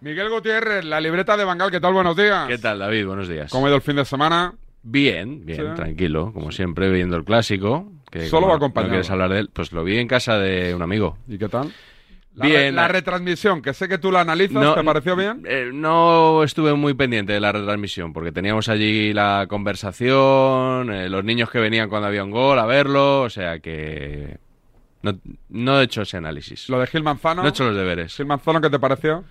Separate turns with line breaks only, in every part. Miguel Gutiérrez, la libreta de Bangal, ¿qué tal? Buenos días.
¿Qué tal, David? Buenos días.
¿Cómo ha ido el fin de semana?
Bien, bien,
Sí.
tranquilo, como siempre, viendo el clásico. Que
Solo
como
va
no
acompañado.
quieres hablar de él, pues lo vi en casa de un amigo.
¿Y qué tal? La re-
Bien.
La retransmisión, que sé que tú la analizas,
No,
¿te pareció bien?
Eh, no estuve muy pendiente de la retransmisión, porque teníamos allí la conversación, eh, los niños que venían cuando había un gol a verlo, o sea que no, no he hecho ese análisis.
Lo de Gil Manzano.
No he hecho los deberes.
Gil Manzano, ¿qué te pareció?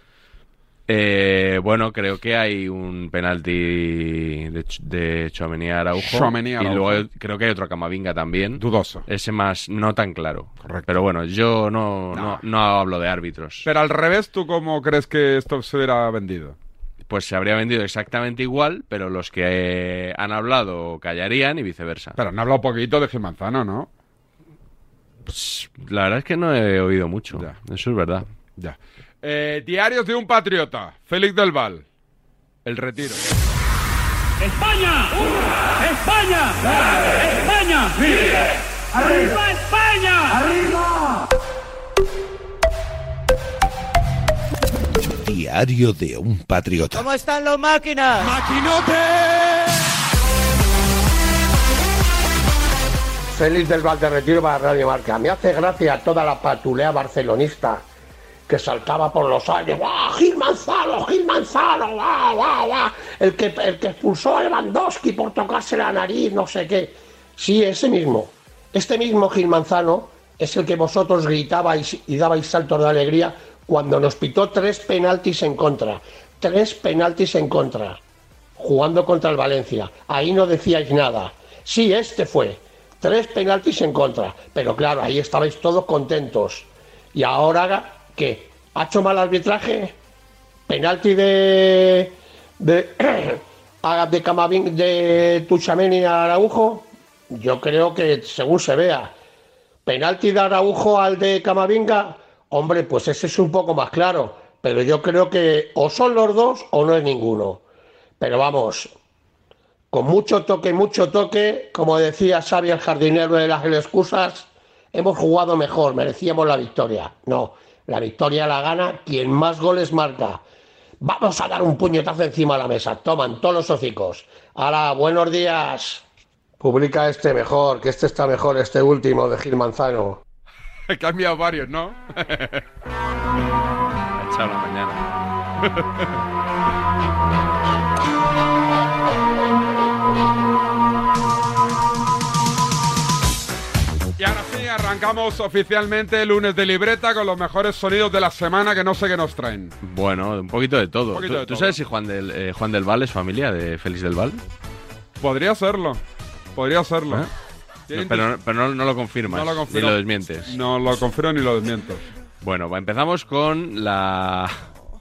Eh, bueno, creo que hay un penalti de, Ch- de Tchouaméni a Araujo.
Tchouaméni a
Y
Araujo.
luego hay- creo que hay otro a Camavinga también.
Dudoso.
Ese más no tan claro.
Correcto.
Pero bueno, yo no,
No.
no, no hablo de árbitros.
Pero al revés, ¿tú cómo crees que esto se hubiera vendido?
Pues se habría vendido exactamente igual, pero los que eh, han hablado callarían y viceversa.
Pero han hablado poquito de Gil Manzano, ¿no?
Pues, la verdad es que no he oído mucho.
Ya.
Eso es verdad.
Ya. Eh, diarios de un patriota, Félix del Val. El retiro.
España, España, España, arriba España,
Diario de un patriota.
¿Cómo están los máquinas?
Félix del Valderretiro para Radio Marca. Me hace gracia toda la patulea barcelonista que saltaba por los aires. ¡Guau! ¡Gil Manzano! ¡Gil Manzano! ¡Guau, guau, guau! El que, el que expulsó a Lewandowski por tocarse la nariz, no sé qué. Sí, ese mismo. Este mismo Gil Manzano es el que vosotros gritabais y dabais saltos de alegría cuando nos pitó tres penaltis en contra. Tres penaltis en contra jugando contra el Valencia. Ahí no decíais nada. Sí, este fue. Tres penaltis en contra. Pero claro, ahí estabais todos contentos. Y ahora, ¿qué? ¿Ha hecho mal arbitraje? Penalti de. de. a- de, Camavín, de Tuchameni a Araujo. Yo creo que según se vea. Penalti de Araujo al de Camavinga. Hombre, pues ese es un poco más claro. Pero yo creo que o son los dos o no es ninguno. Pero vamos, con mucho toque, mucho toque, como decía Xavi el jardinero de las excusas, hemos jugado mejor, merecíamos la victoria. No, la victoria la gana quien más goles marca. Vamos a dar un puñetazo encima de la mesa. Toman todos los hocicos. Ahora, buenos días. Publica este mejor, que este está mejor, este último de Gil Manzano.
He cambiado varios, ¿no?
Ha echado la mañana.
Y ahora sí, arrancamos oficialmente el lunes de libreta con los mejores sonidos de la semana que no sé qué nos traen.
Bueno, un poquito de todo.
Un poquito
¿Tú,
de
tú
todo.
sabes si Juan del, eh, Juan del Val es familia de Félix del Val?
Podría serlo. Podría serlo.
¿Eh?
Tiene
pero pero no, no lo confirmas.
No lo confirmo.
Ni lo desmientes.
No lo confirmo ni lo desmiento.
Bueno, va, empezamos con la.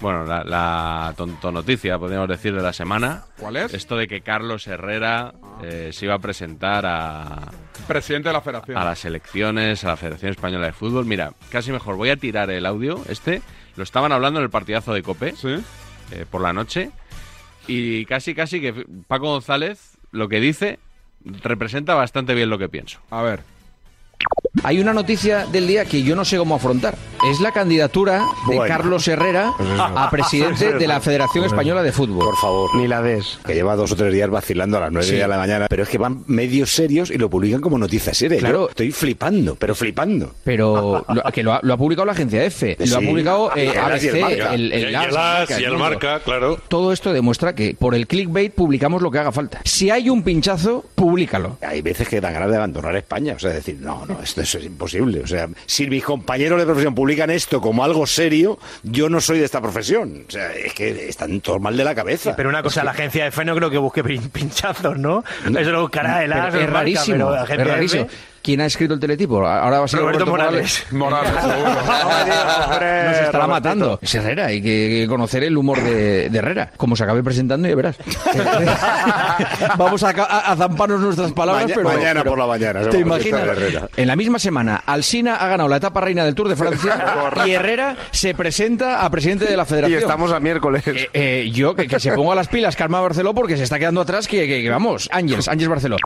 Bueno, la, la tonto noticia, podríamos decir, de la semana.
¿Cuál es?
Esto de que Carlos Herrera eh, se iba a presentar a,
Presidente de la federación.
a las elecciones, a la Federación Española de Fútbol. Mira, casi mejor, voy a tirar el audio. Este lo estaban hablando en el partidazo de Cope
Sí.
eh, por la noche. Y casi, casi que Paco González lo que dice representa bastante bien lo que pienso.
A ver.
Hay una noticia del día que yo no sé cómo afrontar. Es la candidatura de Carlos Herrera a presidente de la Federación Española de Fútbol.
Por favor. Ni la des. Que lleva dos o tres días vacilando a las nueve
Sí.
de la mañana. Pero es que van medios serios y lo publican como noticias serias.
Claro.
Yo estoy flipando, pero flipando.
Pero lo, que lo ha, lo ha publicado la agencia EFE, lo ha
Sí. Ah,
publicado eh,
Y el As
ABC,
y el
el,
Marca.
el,
Y el
As,
As
Marca,
y el
mundo.
marca, claro.
Todo esto demuestra que por el clickbait publicamos lo que haga falta. Si hay un pinchazo, públicalo.
Hay veces que dan ganas de abandonar España. O sea, decir, no, no, esto es imposible. O sea, si mis compañeros de profesión publican esto como algo serio, yo no soy de esta profesión. O sea, es que están todos mal de la cabeza.
Pero una cosa, la agencia F E no creo que busque pin- pinchazos, ¿no? Eso lo buscará el
Pero
As,
es
el Marca,
rarísimo,
pero la agencia
es rarísimo.
F- E
¿Quién ha escrito el teletipo? Ahora va a ser
Roberto
Roberto
Morales.
Morales, seguro.
Nos
Eh,
estará matando. Es Herrera, hay que hay que conocer el humor de, de Herrera. Como se acabe presentando, ya verás. Vamos a, ca- a- a zamparnos nuestras palabras,
Maña-
pero.
mañana
pero-
por la mañana, se
¿Te
va a presentar
imaginas?
Herrera.
En la misma semana, Alsina ha ganado la etapa reina del Tour de Francia y Herrera se presenta a presidente de la federación.
a miércoles.
Eh, eh, yo, que, que se pongo a las pilas, Karma Barceló, porque se está quedando atrás, que, que- que vamos, Ángels, Ángels Barceló.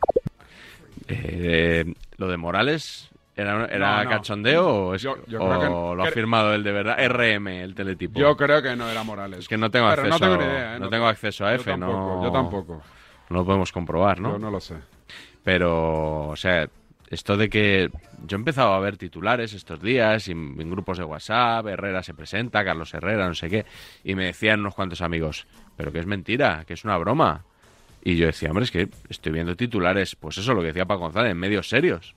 Eh, lo de Morales ¿Era, era
No, no.
cachondeo o, es-
Yo- yo
o
creo que-
lo ha
cre-
firmado él de verdad? RM, el teletipo.
Yo creo que no era Morales.
Es que no tengo
Pero
acceso,
No tengo ni idea. ¿eh?
no tengo acceso a
yo
F, no-
tampoco, Yo tampoco.
No lo podemos comprobar, ¿no?
Yo no lo sé.
Pero, o sea, esto de que yo he empezado a ver titulares estos días y en en grupos de WhatsApp, Herrera se presenta, Carlos Herrera, no sé qué, y me decían unos cuantos amigos, pero que es mentira, que es una broma. Y yo decía, hombre, es que estoy viendo titulares, pues eso, lo que decía Paco González, en medios serios.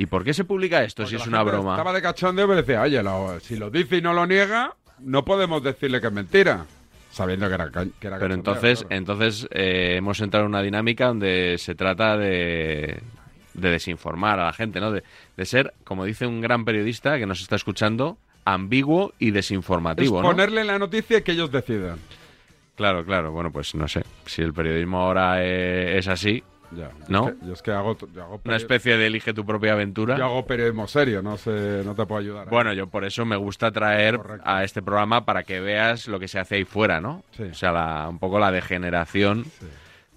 ¿Y por qué se publica esto si
La
es una
gente
broma?
Estaba de cachondeo y me decía, oye, lo- si lo dice y no lo niega, no podemos decirle que es mentira. Sabiendo que era, ca- que era
Pero
cachondeo,
entonces,
claro.
entonces eh, hemos entrado en una dinámica donde se trata de, de desinformar a la gente, ¿no? De, de ser, como dice un gran periodista que nos está escuchando, ambiguo y
Es
desinformativo, ¿no?
ponerle la noticia y que ellos decidan.
Claro, claro. Bueno, pues no sé. Si el periodismo ahora eh, es así,
Ya.
¿No?
Es que- yo es que hago, t- yo hago
una
peri-
especie de elige tu propia
yo
aventura.
hago periodismo serio, no sé, no te puedo ayudar. ahí.
Bueno, yo por eso me gusta traer
Correcto.
a este programa para que veas lo que se hace ahí fuera, ¿no?
Sí.
O sea, la- un poco la degeneración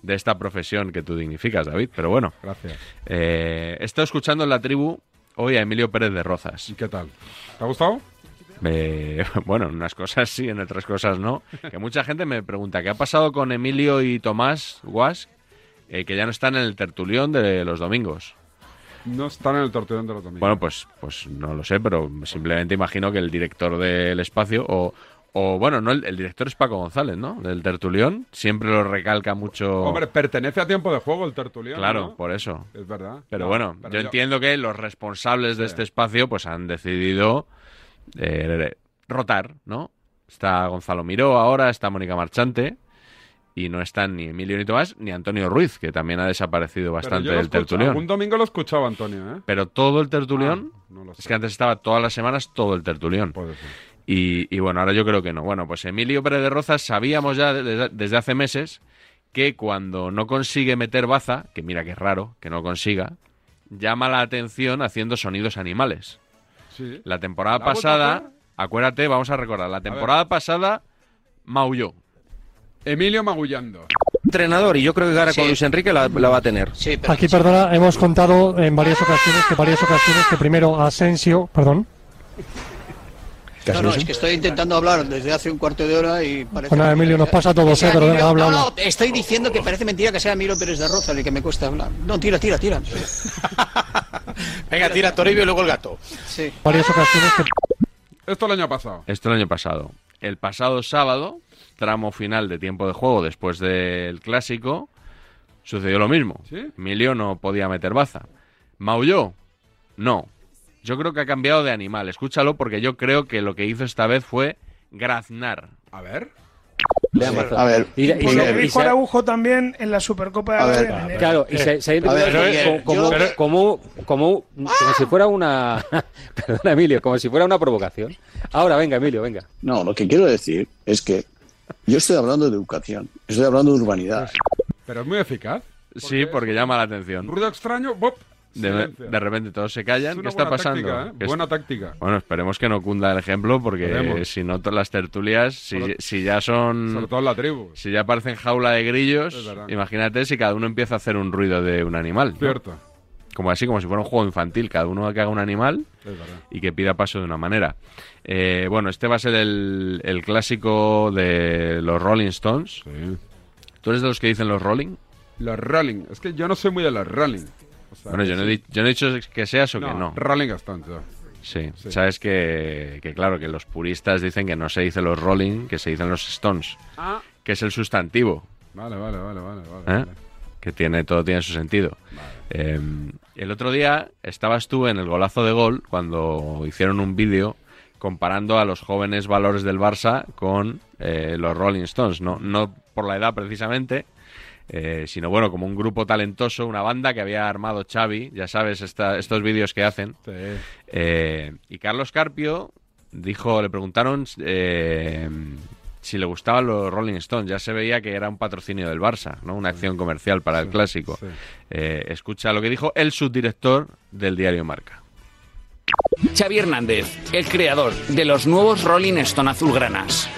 de esta profesión que tú dignificas, David. Pero bueno.
Gracias.
Eh, he estado escuchando en la tribu hoy a Emilio Pérez de Rozas.
¿Y qué tal? ¿Te ha gustado?
Eh, bueno, en unas cosas sí, en otras cosas no. Que mucha gente me pregunta, ¿qué ha pasado con Emilio y Tomás Guas? eh, que ya no están en el tertulión de los domingos.
No están en el torturón de los domingos.
Bueno, pues, pues no lo sé, pero simplemente imagino que el director del espacio o... O bueno, no el, el director es Paco González, ¿no? Del tertulión. Siempre lo recalca mucho.
Hombre, pertenece a tiempo de juego el tertulión.
claro,
¿no?
por eso.
Es verdad.
Pero
No,
bueno,
pero
yo, entiendo que los responsables de
Sí.
este espacio pues han decidido eh, rotar, ¿no? Está Gonzalo Miró ahora, está Mónica Marchante y no están ni Emilio ni Tomás ni Antonio Ruiz, que también ha
pero
desaparecido
yo
bastante
lo
del
escucho-
tertulión.
Algún domingo lo escuchaba Antonio, ¿eh?
Pero todo el tertulión,
Ah, no lo sé.
es que antes estaba todas las semanas todo el tertulión.
Puede ser.
Y, y bueno, ahora yo creo que no. Bueno, pues Emilio Pérez de Rozas sabíamos ya de- desde, desde hace meses que cuando no consigue meter baza, que mira que es raro que no lo consiga, llama la atención haciendo sonidos animales.
Sí.
La temporada
¿La ha vuelto a
pasada,
hacer?
acuérdate, vamos a recordar, la temporada pasada maulló.
Emilio magullando.
entrenador y yo creo que ahora con Luis Enrique la, la va a tener.
Aquí, perdona, hemos contado en varias ocasiones que varias ocasiones que primero Asensio, perdón,
No, no, es que estoy intentando hablar desde hace un cuarto de hora y parece.
Bueno,
mentira.
Emilio, nos pasa a todos,
Que sea
¿eh? Pero
Emilio-
venga, habla,
No, no,
habla.
estoy diciendo que parece mentira que sea Emilio Pérez de Roza el que me cuesta hablar. No, tira, tira, tira.
Venga, tira Toribio y luego el gato.
Sí.
varias ocasiones que
Esto el año pasado.
Esto el año pasado. El pasado sábado, tramo final de tiempo de juego después del clásico, sucedió lo mismo.
¿Sí?
Emilio no podía meter baza. ¿Maulló? No. Yo creo que ha cambiado de animal. Escúchalo porque yo creo que lo que hizo esta vez fue graznar.
A ver.
A ver, Miguel,
Juan Araujo también en la Supercopa de
A ver, Eh,
Arabia.
Claro, y se, se ha
a ver,
identificado
Miguel,
como,
yo-
como, como, como si fuera una. Perdona, Emilio, como si fuera una provocación. Ahora, venga, Emilio, venga.
no, lo que quiero decir es que yo estoy hablando de educación, estoy hablando de urbanidad.
Pero es muy eficaz.
Sí, porque llama la atención.
Ruido extraño. bop,
De,
silencio.
de repente todos se
Es
callan.
una
¿Qué está
buena
pasando?
táctica, ¿eh?
¿Qué es-
Buena táctica.
Bueno, esperemos que no cunda el ejemplo porque
Esperemos.
si no, to- las tertulias, si,
Sobre-
si ya son...
Sobre todo en la tribu.
Si ya parecen jaula de
Es
grillos,
verdad.
imagínate si cada uno empieza a hacer un ruido de un animal. ¿no?
Cierto.
Como así, como si fuera un juego infantil. Cada uno que haga un animal
Es verdad.
y que pida paso de una manera. Eh, bueno, este va a ser el, el clásico de los Rolling Stones.
Sí.
¿Tú eres de los que dicen los Rolling?
Los Rolling. Es que yo no soy muy de los Rolling. O sea,
Bueno, yo no, he, di- yo no he dicho que seas o que no.
Rolling Stones. ya.
Sí,
Sí.
sabes que, que claro, que los puristas dicen que no se dice los Rolling, que se dicen los Stones,
Ah.
que es el sustantivo.
Vale, vale, vale, vale. vale,
¿eh?
vale.
que tiene todo tiene su sentido. Eh, el otro día estabas tú en el golazo de gol cuando hicieron un vídeo comparando a los jóvenes valores del Barça con eh, los Rolling Stones, no, no por la edad precisamente, eh, sino bueno, como un grupo talentoso, una banda que había armado Xavi, ya sabes, esta- estos vídeos que hacen.
Sí.
Eh, y Carlos Carpio dijo, le preguntaron eh, si le gustaban los Rolling Stones. Ya se veía que era un patrocinio del Barça, ¿no? Una acción comercial para el clásico.
sí.
Eh, escucha lo que dijo el subdirector del diario Marca.
Xavi Hernández, el creador de los nuevos Rolling Stone azulgranas.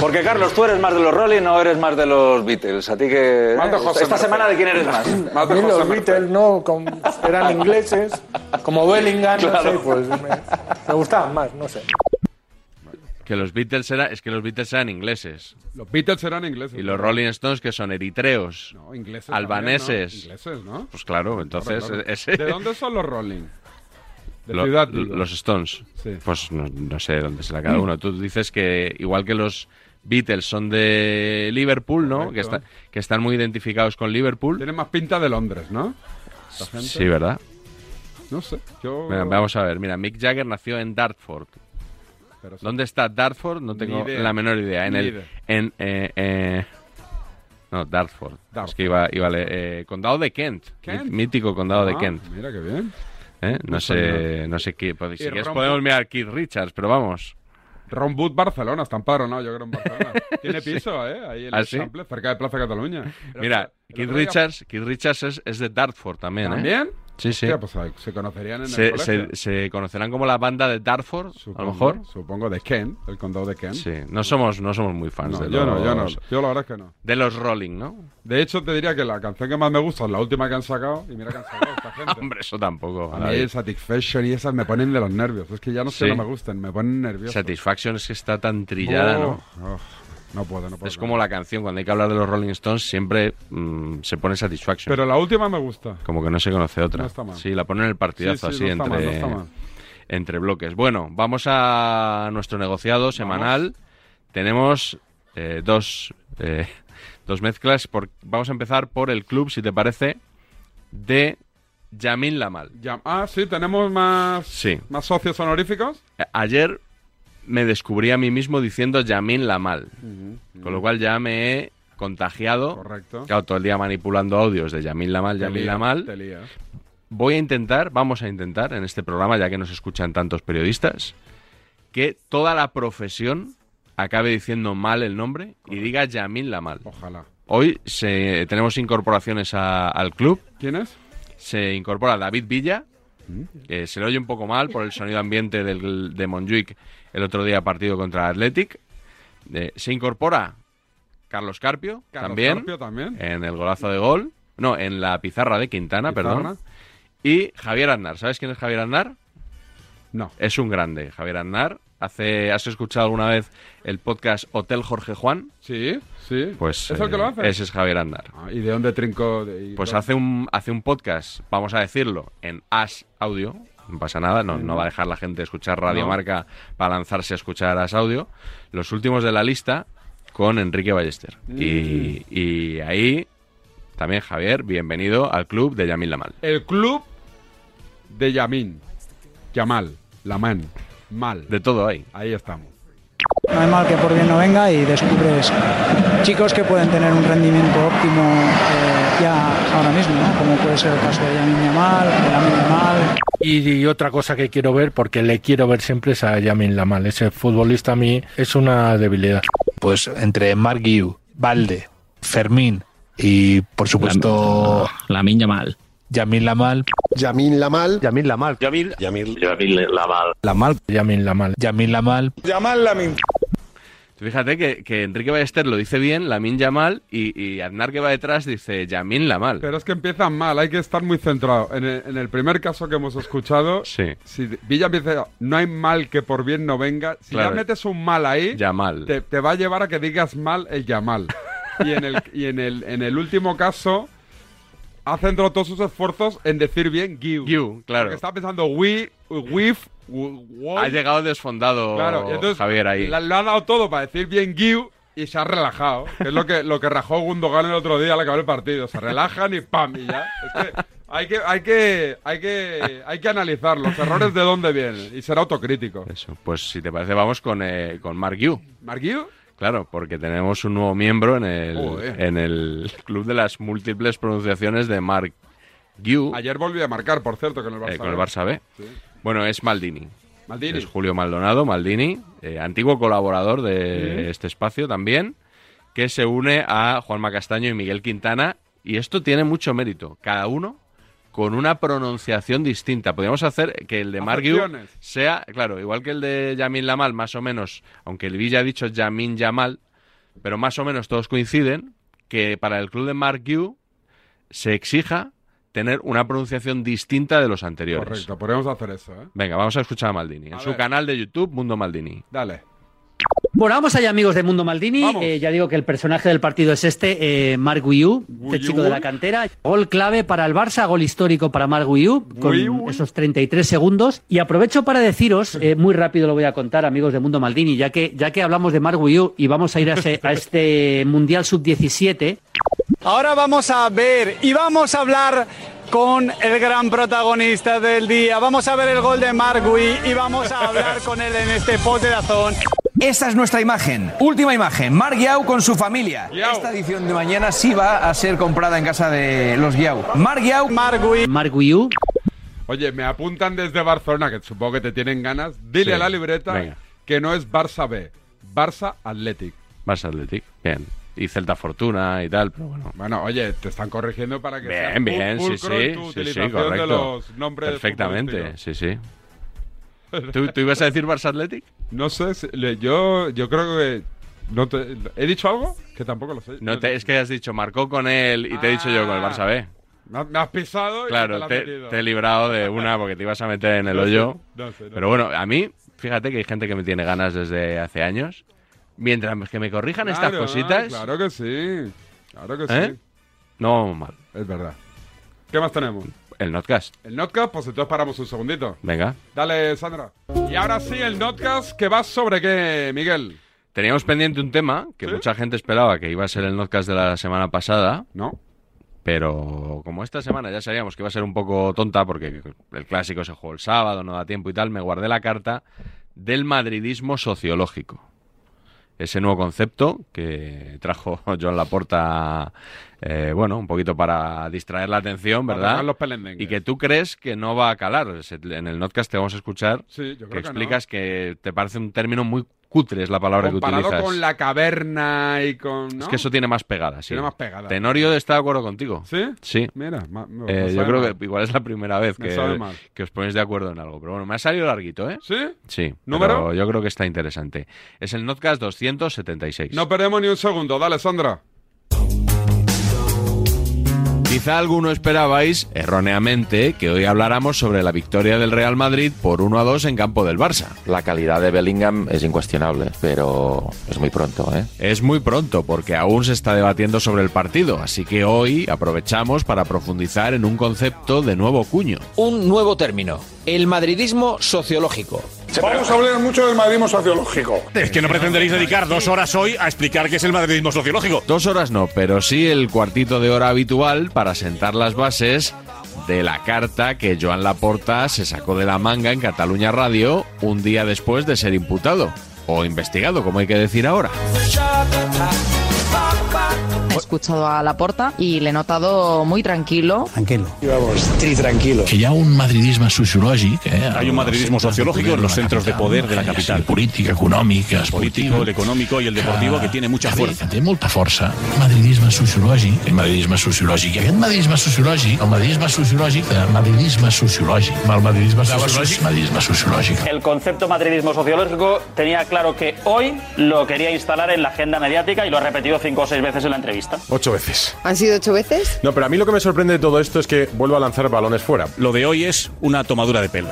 Porque Carlos, tú eres más de los Rolling o eres más de los Beatles. A ti que.
Más de
Esta-
José
esta
Merced.
semana de quién eres más.
A mí los Beatles no, con- eran ingleses, como Bellingham,
Claro.
no sé, pues me, me gustaban más, no sé.
Que los Beatles era, es que los Beatles eran ingleses.
Los Beatles eran ingleses.
Y los Rolling Stones que son eritreos,
No, ingleses.
albaneses.
también, ¿no? Ingleses, ¿no?
Pues claro, entonces
Claro, claro.
ese-
¿De dónde son los Rolling? De
lo-
ciudad, digo.
los Stones.
Sí.
Pues no, no sé dónde será cada uno. Tú dices que igual que los Beatles son de Liverpool, ¿no? Que,
Correcto.
está- que están muy identificados con Liverpool.
Tienen más pinta de Londres, ¿no? Esta gente.
Sí, ¿verdad?
No sé. Yo.
Mira, vamos a ver. Mira, Mick Jagger nació en Dartford.
Pero sí.
¿Dónde está Dartford? No tengo
idea.
la menor idea. En
Ni
el.
idea.
En, eh, eh, no, Dartford.
Dartford.
Es que iba, iba a leer, eh, condado de Kent.
Kent.
Mí- Mítico condado de
Ah,
Kent.
Mira qué bien.
¿Eh? No,
No
sé,
sabía.
no sé qué. pues,
Pues Y
si quieres
rompe-
podemos mirar Keith Richards, pero vamos.
Ron Wood, Barcelona, está empadronado, yo creo, en Barcelona. Tiene
Sí.
piso, ¿eh? Ahí en
¿Ah,
el
sí?
Sample, cerca de Plaza Cataluña. Pero
Mira,
el
Keith
otro día-
Richards, Keith Richards es, es de Dartford también, ¿eh?
¿También?
Sí, sí.
Hostia, pues, se conocerían en el
se,
colegio.
se- se conocerán como la banda de Dartford, a lo mejor.
Supongo de Kent, el condado de Kent.
Sí, no somos, no somos muy fans
No,
de
yo
los...
no, yo no. Yo la verdad es que no.
De los Rolling, ¿no?
De hecho, te diría que la canción que más me gusta es la última que han sacado. Y mira que han sacado esta gente.
Hombre, eso tampoco.
A
David.
mí el Satisfaction y esas me ponen de los nervios. Es que ya no sé
Sí.
no me gustan, me ponen nervioso.
Satisfaction es que está tan trillada, ¿no?
Oh, oh, no puedo, no puedo.
Es como la canción, cuando hay que hablar de los Rolling Stones siempre mm, se pone Satisfaction.
Pero la última me gusta.
Como que no se conoce otra.
No está mal.
Sí, la ponen en el partidazo
Sí, sí,
así
no está mal,
entre,
no está mal.
entre bloques. Bueno, vamos a nuestro negociado semanal. Tenemos eh, dos, eh, dos mezclas. por- vamos a empezar por el club, si te parece, de Yamin Lamal.
Ya- ah, sí, tenemos más,
Sí.
más socios honoríficos.
A- Ayer me descubrí a mí mismo diciendo Yamin Lamal. Con lo cual ya me he contagiado.
Mm. Correcto.
Claro, todo el día manipulando audios de Yamin Lamal,
Te
Yamin
lías,
Lamal.
te lías.
Voy a intentar, vamos a intentar en este programa, ya que nos escuchan tantos periodistas, que toda la profesión acabe diciendo mal el nombre y diga Yamin Lamal.
Ojalá.
Hoy se- tenemos incorporaciones a- al club.
¿Quién es?
Se incorpora David Villa, que se le oye un poco mal por el sonido ambiente del, de Montjuic el otro día partido contra el Athletic. Eh, se incorpora Carlos Carpio,
Carlos
también,
Carpio también.
en el golazo de gol. No, en la pizarra de Quintana,
Pizarra.
perdón. Y Javier Aznar. ¿Sabes quién es Javier Aznar?
No.
Es un grande, Javier Aznar. Hace, ¿Has escuchado alguna vez el podcast Hotel Jorge Juan?
Sí, sí.
Pues
¿Es el que
eh,
lo hace?
ese es Javier Aznar.
Ah, ¿Y de dónde trinco? De- y
Pues
dónde-
hace un, hace un podcast, vamos a decirlo, en As Audio. No pasa nada, no, no va a dejar la gente escuchar Radio
No.
Marca para lanzarse a escuchar As Audio. Los últimos de la lista con Enrique Ballester.
Mm.
Y, y ahí también, Javier, bienvenido al club de Yamil Lamal.
El club de Yamin. Yamal. Laman. Mal.
De todo ahí.
Ahí estamos.
No hay mal que por bien no venga y descubres chicos que pueden tener un rendimiento óptimo eh, ya ahora mismo, ¿no? como puede ser el caso de Yamin Yamal, de Lamine Yamal,
Y, y otra cosa que quiero ver, porque le quiero ver siempre es a Yamin Lamal. Ese futbolista a mí es una debilidad.
Pues entre Mark Guiu, Valde, Fermín y por supuesto Lamin Yamal. Yamin Lamal. Yamin Lamal. Yamin Lamal. Yamin Yamil. Yamin Lamal. Lamal. Yamin Lamal. Yamin Lamal. Yamal Lamin.
Tú Fíjate que, que Enrique Ballester lo dice bien, Lamin Yamal, y, y Aznar que va detrás dice Yamin Lamal.
Pero es que empiezan mal, hay que estar muy centrado. En el, en el primer caso que hemos escuchado,
Sí.
si Villa empieza, no hay mal que por bien no venga. Si
Claro.
ya metes un mal ahí,
Yamal.
te, te va a llevar a que digas mal el Yamal. y en el, y en el, en el último caso, ha centrado todos sus esfuerzos en decir bien Giu.
Giu, claro.
Porque está pensando we, we've, wo-
Ha llegado desfondado
Claro, y entonces
Javier ahí.
la- le ha dado todo para decir bien Giu y se ha relajado. Que es lo que, lo que rajó Gundogan el otro día al acabar el partido. Se relajan y pam, y ya. Es que hay que, hay que, hay que, hay que analizar los errores de dónde vienen y ser autocrítico.
Eso, pues si te parece vamos con, eh, con Mark Yu.
¿Mark Yu?
Claro, porque tenemos un nuevo miembro en el,
Joder.
en el club de las múltiples pronunciaciones de Mark Yu
Ayer volví a marcar, por cierto, con el Barça.
eh, con el Barça B.
Sí.
Bueno, es Maldini.
Maldini.
Es Julio Maldonado, Maldini, eh, antiguo colaborador de
Sí.
este espacio también, que se une a Juanma Castaño y Miguel Quintana. Y esto tiene mucho mérito, cada uno con una pronunciación distinta. Podríamos hacer que el de Margiu
Acepciones.
sea, claro, igual que el de Yamin Lamal, más o menos, aunque el Villa ha dicho Yamin Yamal, pero más o menos todos coinciden que para el club de Mark Yu se exija tener una pronunciación distinta de los anteriores.
Correcto, podemos hacer eso, ¿eh?
Venga, vamos a escuchar a Maldini. en su canal de YouTube, Mundo Maldini.
Dale.
Bueno, vamos allá, amigos de Mundo Maldini. Eh, ya digo que el personaje del partido es este, eh, Marc Guiú, este chico de la cantera. Gol clave para el Barça, gol histórico para Marc Guiú, con
Guiú.
esos 33 segundos. Y aprovecho para deciros, eh, muy rápido lo voy a contar, amigos de Mundo Maldini, ya que, ya que hablamos de Marc Guiú y vamos a ir a, ese- a este Mundial Sub-17,
Ahora vamos a ver y vamos a hablar con el gran protagonista del día. Vamos a ver el gol de Margui y vamos a hablar con él en este post de Dazón.
Esta es nuestra imagen, última imagen, Marc Guiau con su familia. Esta edición de mañana sí va a ser comprada en casa de los Guiau. Marc Guiau.
Oye, me apuntan desde Barcelona, que supongo que te tienen ganas. Dile
Sí,
a la libreta
venga.
que no es Barça B, Barça Athletic.
Barça Athletic, bien. Y Celta Fortuna y tal, pero bueno.
Bueno, oye, te están corrigiendo para que sea
Bien, bien, sí,
pulcro
sí,
en tu
sí, sí,
utilización
correcto.
de los nombres
Perfectamente,
futbolísticos.
sí, sí. ¿Tú, tú ibas a decir Barça Athletic?
No sé, si- le- yo, yo creo que... no te- ¿He dicho algo? Que tampoco lo sé.
No te- es que has dicho, marcó con él y te he dicho yo con el Barça B.
Me has- me has pisado y Ah, te la
Claro,
has
te,
metido.
te he librado de una porque te ibas a meter en el
No sé,
hoyo.
no sé, no
Pero
sé.
bueno, a mí, fíjate que hay gente que me tiene ganas desde hace años. Mientras que me corrijan estas
Claro,
cositas,
Claro que sí, claro que
¿eh?
sí.
no vamos mal.
Es verdad. ¿Qué más tenemos?
El Notcast,
El Notcast, pues entonces paramos un segundito.
venga.
Dale, Sandra. Y ahora sí, el Notcast, que va sobre qué, Miguel.
Teníamos pendiente un tema que mucha gente esperaba que iba a ser el Notcast de la semana pasada.
No.
Pero como esta semana ya sabíamos que iba a ser un poco tonta porque el clásico se jugó el sábado, no da tiempo y tal, me guardé la carta del madridismo sociológico. Ese nuevo concepto que trajo Joan Laporta, eh, bueno, un poquito para distraer la atención,
Para
¿verdad?
tocar los pelendengues.
y que tú crees que no va a calar. Se- En el podcast te vamos a escuchar
Sí, yo creo
que
que
explicas que te parece un término muy cutre, es la palabra que
Comparado
utilizas.
con la caverna y con. ¿no?
Es que eso tiene más pegada, sí.
Tiene más pegada.
Tenorio está de acuerdo contigo.
¿Sí?
Sí.
Mira, ma- me-
Eh,
me
yo
sabe
creo
mal.
que igual es la primera vez
Me
que,
sabe mal.
que os ponéis de acuerdo en algo. Pero bueno, me ha salido larguito, ¿eh?
¿Sí?
Sí.
¿Número?
pero yo creo que está interesante. Es el Notcast 276.
No perdemos ni un segundo. Dale, Sandra.
Quizá alguno esperabais, erróneamente, que hoy habláramos sobre la victoria del Real Madrid por 1 a 2 en campo del Barça.
La calidad de Bellingham es incuestionable, pero es muy pronto, ¿eh?
Es muy pronto porque aún se está debatiendo sobre el partido, así que hoy aprovechamos para profundizar en un concepto de nuevo cuño.
Un nuevo término, el madridismo sociológico.
Vamos a hablar mucho del madridismo sociológico. Es que no pretenderéis dedicar dos horas hoy a explicar qué es el madridismo sociológico.
Dos horas no, pero sí el cuartito de hora habitual para sentar las bases de la carta que Joan Laporta se sacó de la manga en Cataluña Radio un día después de ser imputado o investigado, como hay que decir ahora.
He escuchado a Laporta y le he notado muy tranquilo.
Tranquilo.
Vamos,
tranquilo. Que ya un madridismo sociológico, ¿eh?
Hay un madridismo sociológico en los centros de poder de la capital.
Política, económica, Ah,
El político, el económico y el deportivo que tiene mucha fuerza.
té molta força. Madridisme sociològic, el madridisme sociològic. I aquest madridisme sociològic, el madridisme sociològic, el madridisme sociològic, el madridisme sociològic, madridisme sociològic.
El concepto madridismo sociológico tenía claro que hoy lo quería instalar en la agenda mediática y lo ha repetido cinco o seis veces en la entrevista.
Ocho veces.
¿Han sido ocho veces?
No, pero a mí lo que me sorprende de todo esto es que vuelvo a lanzar balones fuera.
Lo de hoy es una tomadura de pelo.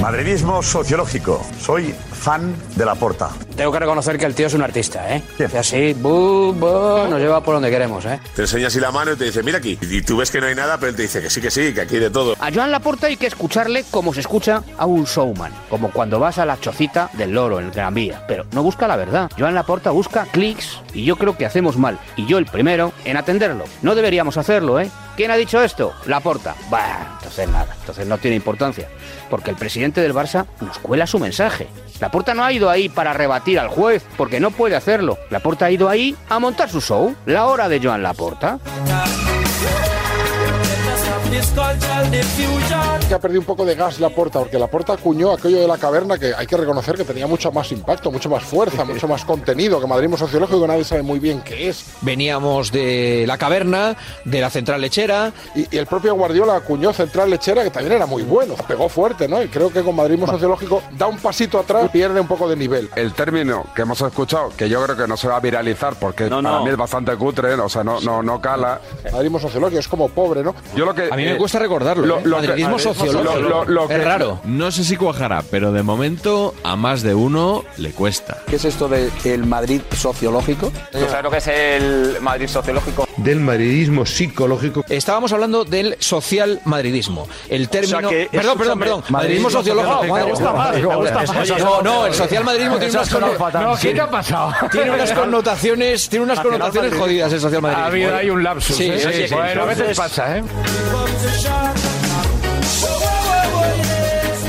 Madridismo sociológico. Soy fan de la porta.
Tengo que reconocer que el tío es un artista, ¿eh? Y así, bu, bu, nos lleva por donde queremos, ¿eh?
Te enseña así la mano y te dice, mira aquí. Y tú ves que no hay nada, pero él te dice que sí, que sí, que aquí hay de todo.
A Joan Laporta hay que escucharle como se escucha a un showman, como cuando vas a la chocita del loro en el Gran Vía. Pero no busca la verdad. Joan Laporta busca clics y yo creo que hacemos mal, y yo el primero, en atenderlo. No deberíamos hacerlo, ¿eh? ¿Quién ha dicho esto? Laporta. Bah, entonces nada, entonces no tiene importancia, porque el presidente del Barça nos cuela su mensaje. Laporta no ha ido ahí para rebatir al juez, porque no puede hacerlo. Laporta ha ido ahí a montar su show, la hora de Joan Laporta.
Que ha perdido un poco de gas la porta, porque la porta acuñó aquello de la caverna que hay que reconocer que tenía mucho más impacto, mucho más fuerza, mucho más contenido, que madridismo sociológico que nadie sabe muy bien qué es.
Veníamos de la caverna, de la central lechera.
Y, y el propio Guardiola acuñó central lechera, que también era muy bueno, pegó fuerte, ¿no? Y creo que con madridismo sociológico da un pasito atrás, pierde un poco de nivel.
El término que hemos escuchado, que yo creo que no se va a viralizar porque
No,
para
no.
mí es bastante cutre, ¿eh? o sea, no, no, no cala.
Madridismo sociológico es como pobre, ¿no?
Yo lo que,
A mí me
cuesta recordarlo, ¿eh? Madridismo
Pues
sociológico. Es raro.
No sé si cuajará, pero de momento a más de uno le cuesta.
¿Qué es esto del Madrid sociológico?
¿Tú sabes lo que es el Madrid sociológico?
Del madridismo psicológico. Estábamos hablando del social madridismo. El término.
sea que-
perdón, perdón, perdón.
escúchame,
Madridismo
madridismo
sociológico.
sociológico.
madre
Me gusta
mía.
más, me gusta
Eso-
más.
No, no, el social madridismo tiene
Eso
unas
ha sonado
connotaciones-
fatal. No, ¿qué te ha
pasado?
Tiene unas connotaciones, tiene unas
Nacional
connotaciones
madridismo.
jodidas el social madridismo.
Ha habido ahí un lapsus.
Sí,
¿eh?
sí, sí, sí.
bueno, a veces
Entonces-
pasa, ¿eh?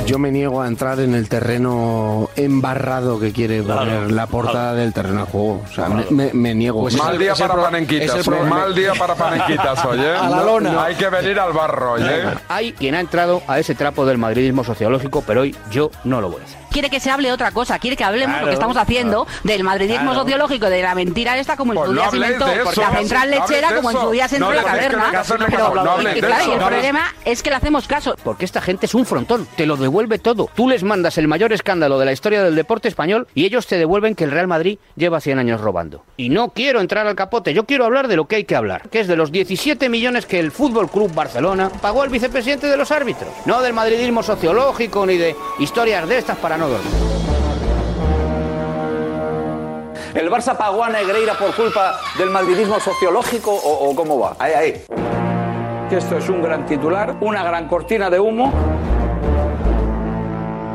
Yo me niego a entrar en el terreno embarrado que quiere poner la portada del terreno de juego. O sea, me, me- me niego.
Pues
pues
mal día para panenquitas, ¿eh? mal día para panenquitas, oye. No, Hay que venir al barro, ¿eh? oye.
Hay quien ha entrado a ese trapo del madridismo sociológico, pero hoy yo no lo voy a hacer.
Quiere que se hable de otra cosa, quiere que hablemos
Claro,
lo que estamos haciendo del madridismo
Claro.
sociológico, de la mentira esta como en
Pues
su
no
día se
habléis
inventó,
de eso,
porque la central
no
lechera
habléis de
como en
eso.
su día se
No
entró la
habléis de
caverna.
eso, no
Pero-
habléis
y-
de
y claro,
eso.
y el
No habléis-
problema es que le hacemos caso.
Porque esta gente es un frontón, te lo devuelve todo. Tú les mandas el mayor escándalo de la historia del deporte español y ellos te devuelven que el Real Madrid lleva 100 años robando. Y no quiero entrar al capote, yo quiero hablar de lo que hay que hablar, que es de los 17 millones que el Fútbol Club Barcelona pagó al vicepresidente de los árbitros, no del madridismo sociológico ni de historias de estas para no dormir.
¿El Barça pagó a Negreira por culpa del madridismo sociológico o, o cómo va? Ahí, ahí. Que esto es un gran titular, una gran cortina de humo.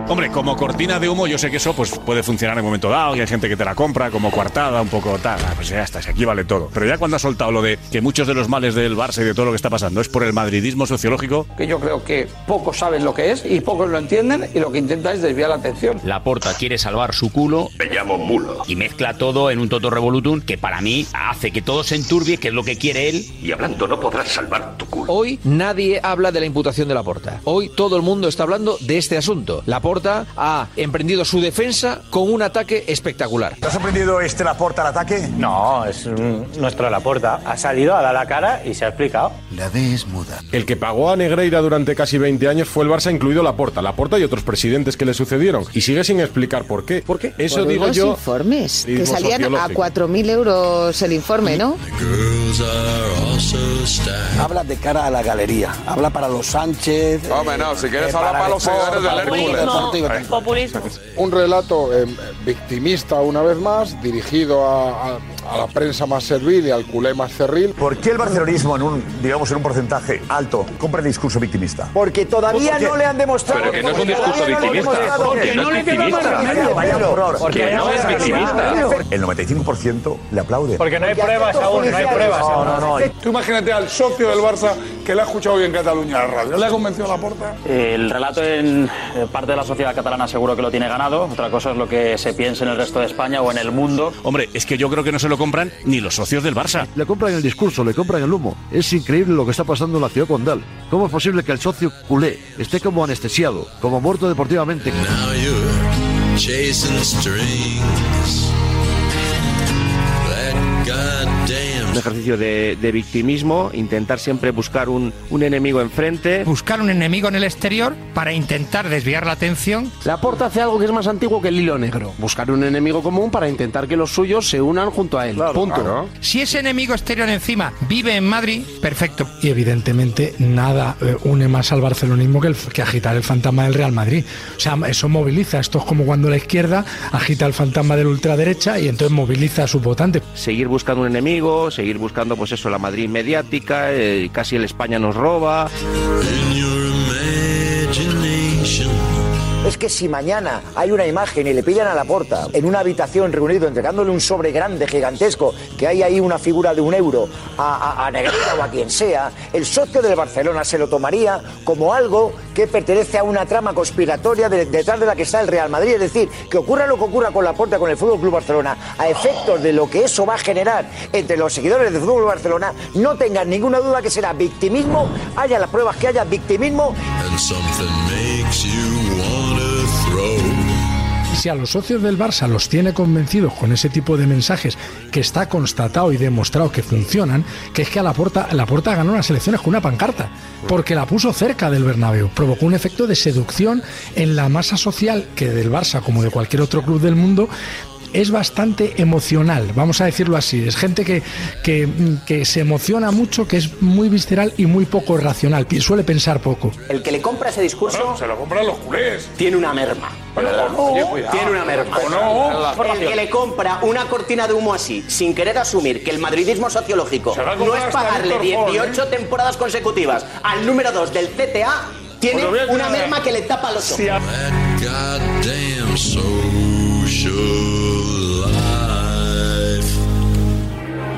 Hombre, como cortina de humo, yo sé que eso pues, puede funcionar en un momento dado, y hay gente que te la compra, como coartada, un poco tal. ah, Pues ya está, si aquí vale todo. Pero ya cuando has soltado lo de que muchos de los males del Barça y de todo lo que está pasando es por el madridismo sociológico,
Que yo creo que pocos saben lo que es y pocos lo entienden y lo que intenta es desviar la atención.
La porta quiere salvar su culo. Me llamo Mulo. Y mezcla todo en un toto revolutum que para mí hace que todo se enturbie, que es lo que quiere él. Y hablando no podrás salvar tu culo.
Hoy nadie habla de la imputación de Laporta. Hoy todo el mundo está hablando de este asunto. Laporta ha emprendido su defensa con un ataque espectacular.
¿Te ha sorprendido este Laporta al ataque? No, es nuestro Laporta. Ha salido, ha dado la cara y se ha explicado.
La D es muda. El que pagó a Negreira durante casi 20 años fue el Barça, incluido Laporta. Laporta y otros presidentes que le sucedieron. Y sigue sin explicar por qué. ¿Por qué? Eso
Por
digo
unos
yo.
informes que
Turismo
salían a
sociológico.
4.000 euros el informe, ¿no? Habla de cara a la galería, habla para los Sánchez.
Hombre, no, si quieres hablar para los seguidores del Hércules.
Un relato eh, victimista una vez más, dirigido a, a- a la prensa más servil y al culé más cerril.
¿Por qué el barcelonismo en un, digamos, en un porcentaje alto compra el discurso victimista?
Porque
todavía no le han demostrado- Pues, Pero que no es un discurso victimista. Porque no le queda más remedio. Vaya horror. Porque no es victimista. El 95% le aplaude.
No, no, no. Tú imagínate al socio del Barça que le ha escuchado hoy en Cataluña la radio. ¿Le ha convencido la porta?
El relato en eh, parte de la sociedad catalana seguro que lo tiene ganado. Otra cosa es lo que se piensa en el resto de España o en el mundo.
hombre, es que yo creo que no se lo compran ni los socios del Barça.
Le compran el discurso, le compran el humo. Es increíble lo que está pasando en la ciudad condal. ¿Cómo es posible que el socio culé esté como anestesiado, como muerto deportivamente?
Un ejercicio de, de victimismo, intentar siempre buscar un, un enemigo enfrente.
Buscar un enemigo en el exterior para intentar desviar la atención.
La porta hace algo que es más antiguo que el hilo negro. Buscar un enemigo común para intentar que los suyos se unan junto a él. Punto.
Si ese enemigo exterior encima vive en Madrid, perfecto.
Y evidentemente nada eh, une más al barcelonismo que, el- que agitar el fantasma del Real Madrid. O sea, eso moviliza. Esto es como cuando la izquierda agita el fantasma del ultraderecha y entonces moviliza a sus votantes.
Seguir buscando un enemigo, seguir buscando, pues eso, la Madrid mediática, eh, casi el España nos roba.
Es
que si mañana hay una imagen y le pillan a la puerta en una habitación reunido entregándole un sobre grande, gigantesco, que hay ahí una figura de un euro a, a, a Negreira o a quien sea, el socio del Barcelona se lo tomaría como algo que pertenece a una trama conspiratoria de- detrás de la que está el Real Madrid. Es decir, que ocurra lo que ocurra con la puerta con el Fútbol Club Barcelona, a efectos de lo que eso va a generar entre los seguidores del Fútbol Barcelona, no tengan ninguna duda que será victimismo, haya las pruebas que haya, victimismo
Y si a los socios del Barça los tiene convencidos con ese tipo de mensajes que está constatado y demostrado que funcionan, que es que a la porta, la porta ganó las elecciones con una pancarta, porque la puso cerca del Bernabéu, provocó un efecto de seducción en la masa social que del Barça como de cualquier otro club del mundo es bastante emocional, vamos a decirlo así. Es gente que, que, que se emociona mucho, que es muy visceral y muy poco racional, que suele pensar poco.
El que le compra ese discurso. se lo compran los culés. Tiene una merma.
Oye, cuidado.
tiene una merma.
O no.
el que le compra una cortina de humo así, sin querer asumir que el madridismo sociológico
va a
no
comprar
es
hasta ¿eh?
pagarle
Víctor Ford,
18 temporadas consecutivas al número 2 del CTA, tiene
Pues lo voy a
una
tirar.
merma que le tapa los ojos.
Sí, a-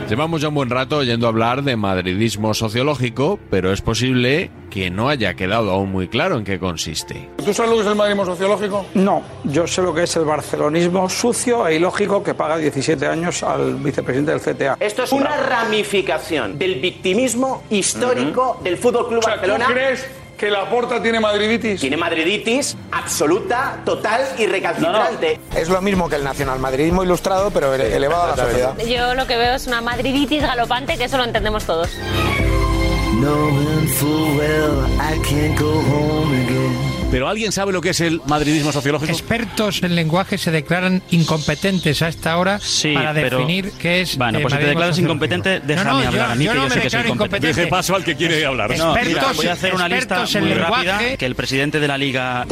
Llevamos ya un buen rato oyendo hablar de madridismo sociológico, pero es posible que no haya quedado aún muy claro en qué consiste.
¿Tú sabes lo que es el madridismo sociológico? No, yo sé lo que es el barcelonismo sucio e ilógico que paga 17 años al vicepresidente del CTA.
Esto es una ramificación del victimismo histórico del Fútbol Club Barcelona.
crees que la porta tiene madriditis?
Tiene madriditis absoluta, total y recalcitrante.
Es lo mismo que el nacionalmadridismo ilustrado, pero ele- elevado a la sociedad.
Yo lo que veo es una madriditis galopante, que eso lo entendemos todos.
Knowing full well I can't go home again.
Pero ¿alguien sabe lo que es el madridismo sociológico?
Expertos en lenguaje se declaran incompetentes a esta hora para
pero-
definir qué es.
Bueno,
eh,
pues si te
madridismo
declaras
sociológico.
incompetente, déjame
no, no,
hablar
yo,
a mí,
yo
que
no
yo
me
sé que soy
declaro
incompetente.
incompetente.
al que quiere hablar.
No, mira, voy a hacer una lista
expertos en
muy
lenguaje.
rápida que el presidente de la liga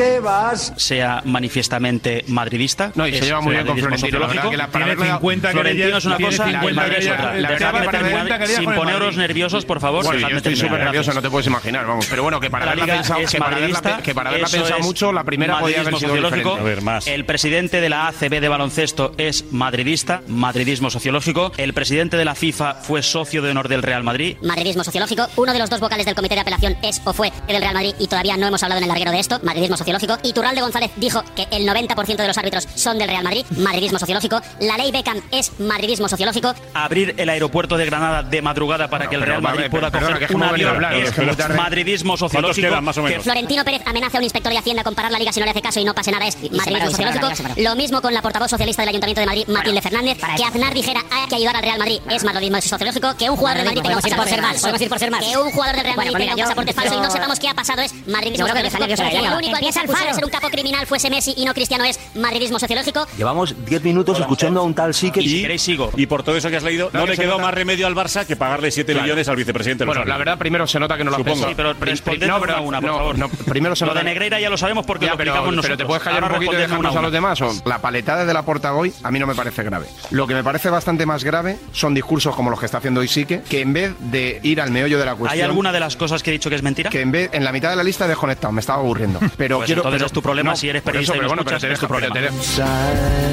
sea manifiestamente madridista.
No, y se
Es
lleva muy bien con
madridismo
Florentino, la verdad,
sociológico.
que la- para haberle dado-
Florentino es una
tiene
cosa,
50
Cuenca es
querellas.
otra.
La
De verdad
Tebas
que me
para
tengo-
40 querellas
sin
con el
poneros
Madrid.
nerviosos, por favor.
Bueno, yo
dejadme
estoy
terminar,
súper nervioso,
gracias.
no te puedes imaginar, vamos. Pero bueno, que para
La
haberla
liga
pensado,
es
que para haberla,
madridista,
pe- que para haberla
eso
pensado
es
mucho, la primera podía haber
madridismo
sido
sociológico.
diferente.
El presidente de la ACB de baloncesto es madridista, madridismo sociológico. El presidente de la FIFA fue socio de honor del Real Madrid.
Madridismo sociológico. Uno de los dos vocales del comité de apelación es o fue del Real Madrid y todavía no hemos hablado en el larguero de esto. Madridismo sociológico. Iturralde González dijo que el 90% de los árbitros son del Real Madrid. Madridismo sociológico. La ley Beckham es madridismo sociológico.
Abrir el aeropuerto de Granada de madrugada para que el
pero
Real Madrid
vale,
pueda
pero- perdona,
coger
que es
un
como venir a
avión
hablar,
es
es que muy tarde.
madridismo
¿Cuántos
sociológico.
quedan, más o
que-
menos?
Florentino Pérez amenaza a un inspector de Hacienda con pararla liga si no le hace caso y no pase nada. Es paró, madridismo y se paró, sociológico. la liga se paró. Lo mismo con la portavoz socialista del Ayuntamiento de Madrid, Matilde Fernández. Que Aznar dijera "Ah, hay que ayudar al Real Madrid. Es madridismo sociológico. Que un jugador del Madrid
Madridismo,
tenga un
podemos
pasaporte
ir por ser más,
falso.
podemos ir por ser más.
Que un jugador del Real
Bueno,
Madrid tenga
pues
un
mira, yo-
pasaporte falso y no
yo-
sepamos qué ha pasado. Es madridismo
Yo creo que está
sociológico.
nerviosa
Que
ella.
el único al que se
Empieza el
acusó de
faro.
ser un capo criminal fuese Messi y no Cristiano es madridismo sociológico.
Llevamos 10 minutos escuchando a un tal sí que...
sigo.
Y por todo eso que has leído, no,
No, que
le
se
quedó
nota.
más remedio al Barça que pagarle 7
Claro.
millones al vicepresidente. de los
Bueno, la
árbitros.
verdad, primero se nota que no lo has
Supongo.
pensado.
Sí, pero
Pri- pri-
responded
no,
una
pero-
a una, por
no,
favor.
no, primero se
Lo
nota-
de Negreira ya lo sabemos porque
Ya,
lo
pero,
explicamos
pero
nosotros.
te puedes callar
Ahora
un poquito y
respondedme
dejarnos
una
a los
una.
demás. O La paletada de la portavoy a mí no me parece grave. Lo que me parece bastante más grave son discursos como los que está haciendo hoy Sique, que en vez de ir al meollo de la
¿Hay
cuestión...
alguna de las cosas que he dicho que es mentira?
Que en vez en la mitad de la lista he desconectado, me estaba aburriendo. Pero
Pues
quiero
entonces
pero-
es tu problema,
no,
si eres
por
periodista y
eso,
no
pero bueno, pero
escuchas,
te
es tu
deja- pero
problema.
te deja-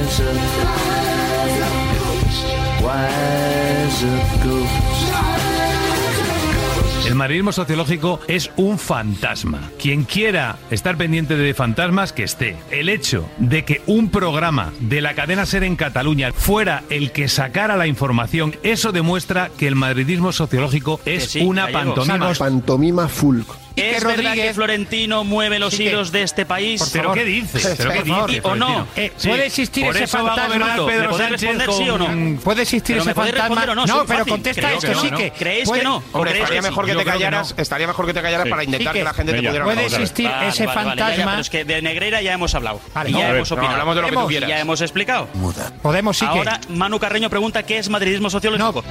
Size of ghosts, wise of
El madridismo sociológico es un fantasma. Quien quiera estar pendiente de fantasmas, que esté. El hecho de que un programa de la cadena Ser en Cataluña fuera el que sacara la información, eso demuestra que el madridismo sociológico es
sí,
una
gallego.
pantomima.
Salvas.
Pantomima full.
¿Es verdad que Florentino mueve los hilos de este país?
Por ¿Pero favor. qué dices? ¿Pero qué
Por favor,
dices,
¿O no?
Florentino? Eh, ¿puede existir Por ese eso va a fantasma? gobernar Pedro
¿Me podéis
Sánchez
responder sí o no?
con- ¿Puede existir
¿Pero
ese
me podéis
fantasma?
responder o no,
No,
Sí,
pero
fácil.
contesta
Creo
esto,
que no.
sí que-
¿Creéis
puede-
que no?
Hombre,
¿O creéis
estaría
sí?
mejor que
Yo
te
creo
callaras-
no.
estaría mejor que te callaras Sí. para intentar que la gente te
Venga,
pudiera
vamos a
reconocer.
ver.
existir
Vale,
ese
vale, vale,
fantasma-
ya, pero es que de Negreira ya hemos hablado.
Vale,
y
no,
ya
a ver,
hemos
no,
opinado.
hablamos de lo que tú
Hemos-
quieras.
Ya hemos explicado.
Podemos sí que-
Ahora, Manu Carreño pregunta qué es madridismo sociológico.